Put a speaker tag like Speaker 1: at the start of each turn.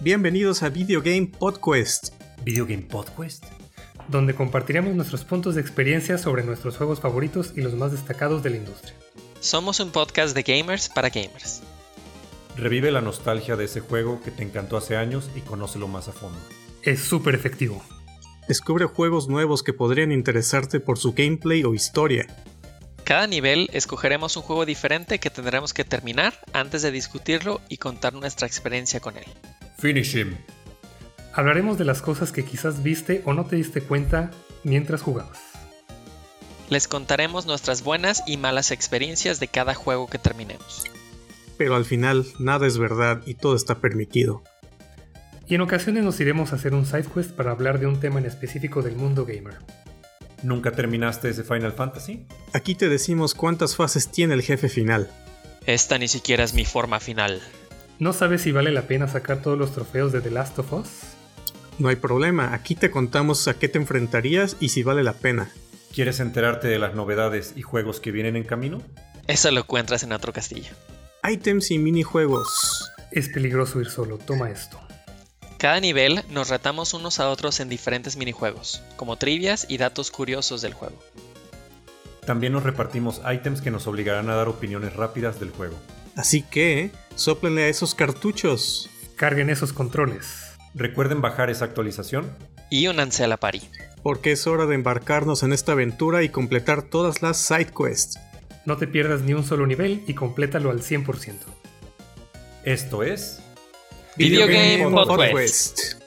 Speaker 1: Bienvenidos a Video Game Podcast.
Speaker 2: Video Game Podcast, donde compartiremos nuestros puntos de experiencia sobre nuestros juegos favoritos y los más destacados de la industria.
Speaker 3: Somos un podcast de gamers para gamers.
Speaker 4: Revive la nostalgia de ese juego que te encantó hace años y conócelo más a fondo.
Speaker 2: Es súper efectivo.
Speaker 1: Descubre juegos nuevos que podrían interesarte por su gameplay o historia.
Speaker 3: Cada nivel escogeremos un juego diferente que tendremos que terminar antes de discutirlo y contar nuestra experiencia con él.
Speaker 4: Finish him.
Speaker 2: Hablaremos de las cosas que quizás viste o no te diste cuenta mientras jugabas.
Speaker 3: Les contaremos nuestras buenas y malas experiencias de cada juego que terminemos.
Speaker 1: Pero al final, nada es verdad y todo está permitido.
Speaker 2: Y en ocasiones nos iremos a hacer un side quest para hablar de un tema en específico del mundo gamer.
Speaker 4: ¿Nunca terminaste ese Final Fantasy?
Speaker 1: Aquí te decimos cuántas fases tiene el jefe final.
Speaker 3: Esta ni siquiera es mi forma final.
Speaker 2: ¿No sabes si vale la pena sacar todos los trofeos de The Last of Us?
Speaker 1: No hay problema, aquí te contamos a qué te enfrentarías y si vale la pena.
Speaker 4: ¿Quieres enterarte de las novedades y juegos que vienen en camino?
Speaker 3: Eso lo encuentras en otro castillo.
Speaker 1: Ítems y minijuegos.
Speaker 2: Es peligroso ir solo, toma esto.
Speaker 3: Cada nivel nos retamos unos a otros en diferentes minijuegos, como trivias y datos curiosos del juego.
Speaker 4: También nos repartimos ítems que nos obligarán a dar opiniones rápidas del juego.
Speaker 1: Así que, soplenle a esos cartuchos.
Speaker 2: Carguen esos controles.
Speaker 4: Recuerden bajar esa actualización.
Speaker 3: Y únanse a la pari.
Speaker 1: Porque es hora de embarcarnos en esta aventura y completar todas las side quests.
Speaker 2: No te pierdas ni un solo nivel y complétalo al 100%.
Speaker 4: Esto es
Speaker 3: Video Game
Speaker 1: Podcast.
Speaker 3: Podcast.